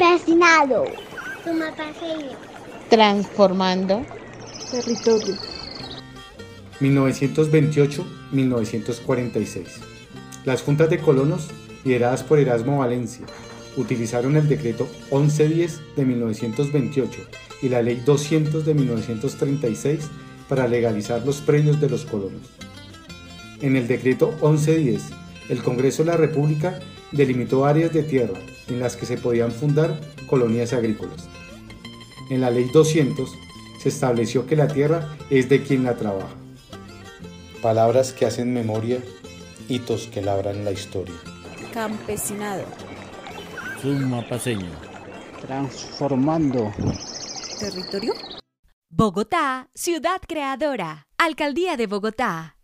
Campesinado. Sumapaseño. transformando, territorio, 1928-1946. Las juntas de colonos, lideradas por Erasmo Valencia, utilizaron el decreto 1110 de 1928 y la ley 200 de 1936 para legalizar los predios de los colonos. En el decreto 1110, el Congreso de la República delimitó áreas de tierra en las que se podían fundar colonias agrícolas. En la ley 200 se estableció que la tierra es de quien la trabaja. Palabras que hacen memoria, hitos que labran la historia. campesinado, sumapaseño, transformando, territorio. Bogotá, ciudad creadora. Alcaldía de Bogotá.